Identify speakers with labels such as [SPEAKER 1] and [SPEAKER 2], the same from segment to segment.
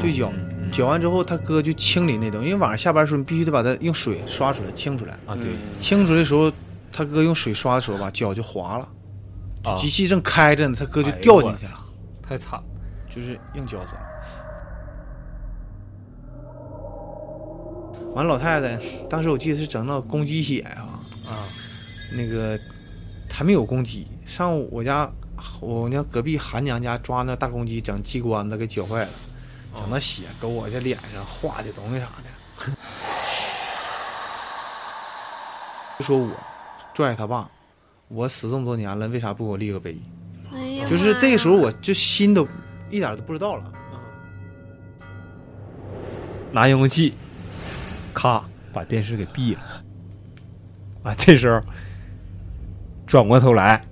[SPEAKER 1] 对搅，搅完之后他哥就清理那东西，因为晚上下班的时候你必须得把它用水刷出来清出来。
[SPEAKER 2] 啊，对，
[SPEAKER 1] 清出来的时候，他哥用水刷的时候吧，脚就滑了，就
[SPEAKER 2] 啊
[SPEAKER 1] 机器正开着呢，他哥就
[SPEAKER 2] 哎呦
[SPEAKER 1] 掉进
[SPEAKER 2] 我
[SPEAKER 1] 去了，
[SPEAKER 2] 操太惨了，
[SPEAKER 1] 就是硬绞死了。完，老太太当时我记得是整到公鸡血啊，
[SPEAKER 2] 啊
[SPEAKER 1] 那个还没有公鸡，上我家我家隔壁韩娘家抓那大公鸡，整鸡冠子给绞坏了，整那血搁我这脸上画的东西啥的， 就说我拽他爸，我死这么多年了，为啥不给我立个碑？
[SPEAKER 3] 哎呀妈
[SPEAKER 1] 就是这个时候
[SPEAKER 3] 呀
[SPEAKER 1] 我就心都一点都不知道了。
[SPEAKER 2] 拿遥控器，咔把电视给闭了。啊，这时候转过头来，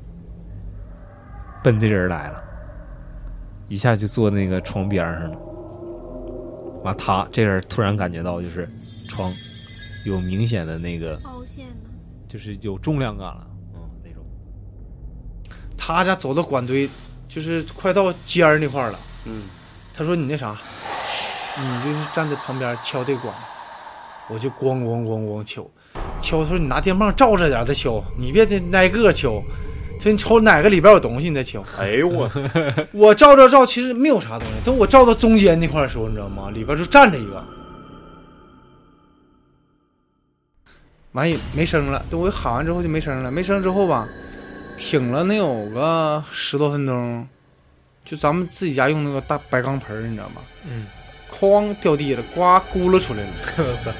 [SPEAKER 2] 奔这人来了，一下就坐那个床边上了。完，他这人突然感觉到就是床有明显的那个，
[SPEAKER 3] 凹陷呢，
[SPEAKER 2] 就是有重量感了，嗯，那种。
[SPEAKER 1] 他家走到管堆，就是快到尖儿那块儿了。
[SPEAKER 4] 嗯，
[SPEAKER 1] 他说：“你那啥，你就是站在旁边敲这管儿。”我就咣咣咣咣敲，敲。他说：“你拿电棒照着点儿再敲，你别得挨个敲。”他说：“你瞅哪个里边有东西你再敲。
[SPEAKER 4] 哎呦我，”
[SPEAKER 1] 我照照照，其实没有啥东西。等我照到中间那块儿的时候，你知道吗？里边就站着一个。完也没声了，等我喊完之后就没声了，没声之后吧，挺了能有个十多分钟，就咱们自己家用那个大白钢盆儿，你知道吗？
[SPEAKER 2] 嗯，
[SPEAKER 1] 哐掉地了，呱咕噜出来了。
[SPEAKER 2] 我操！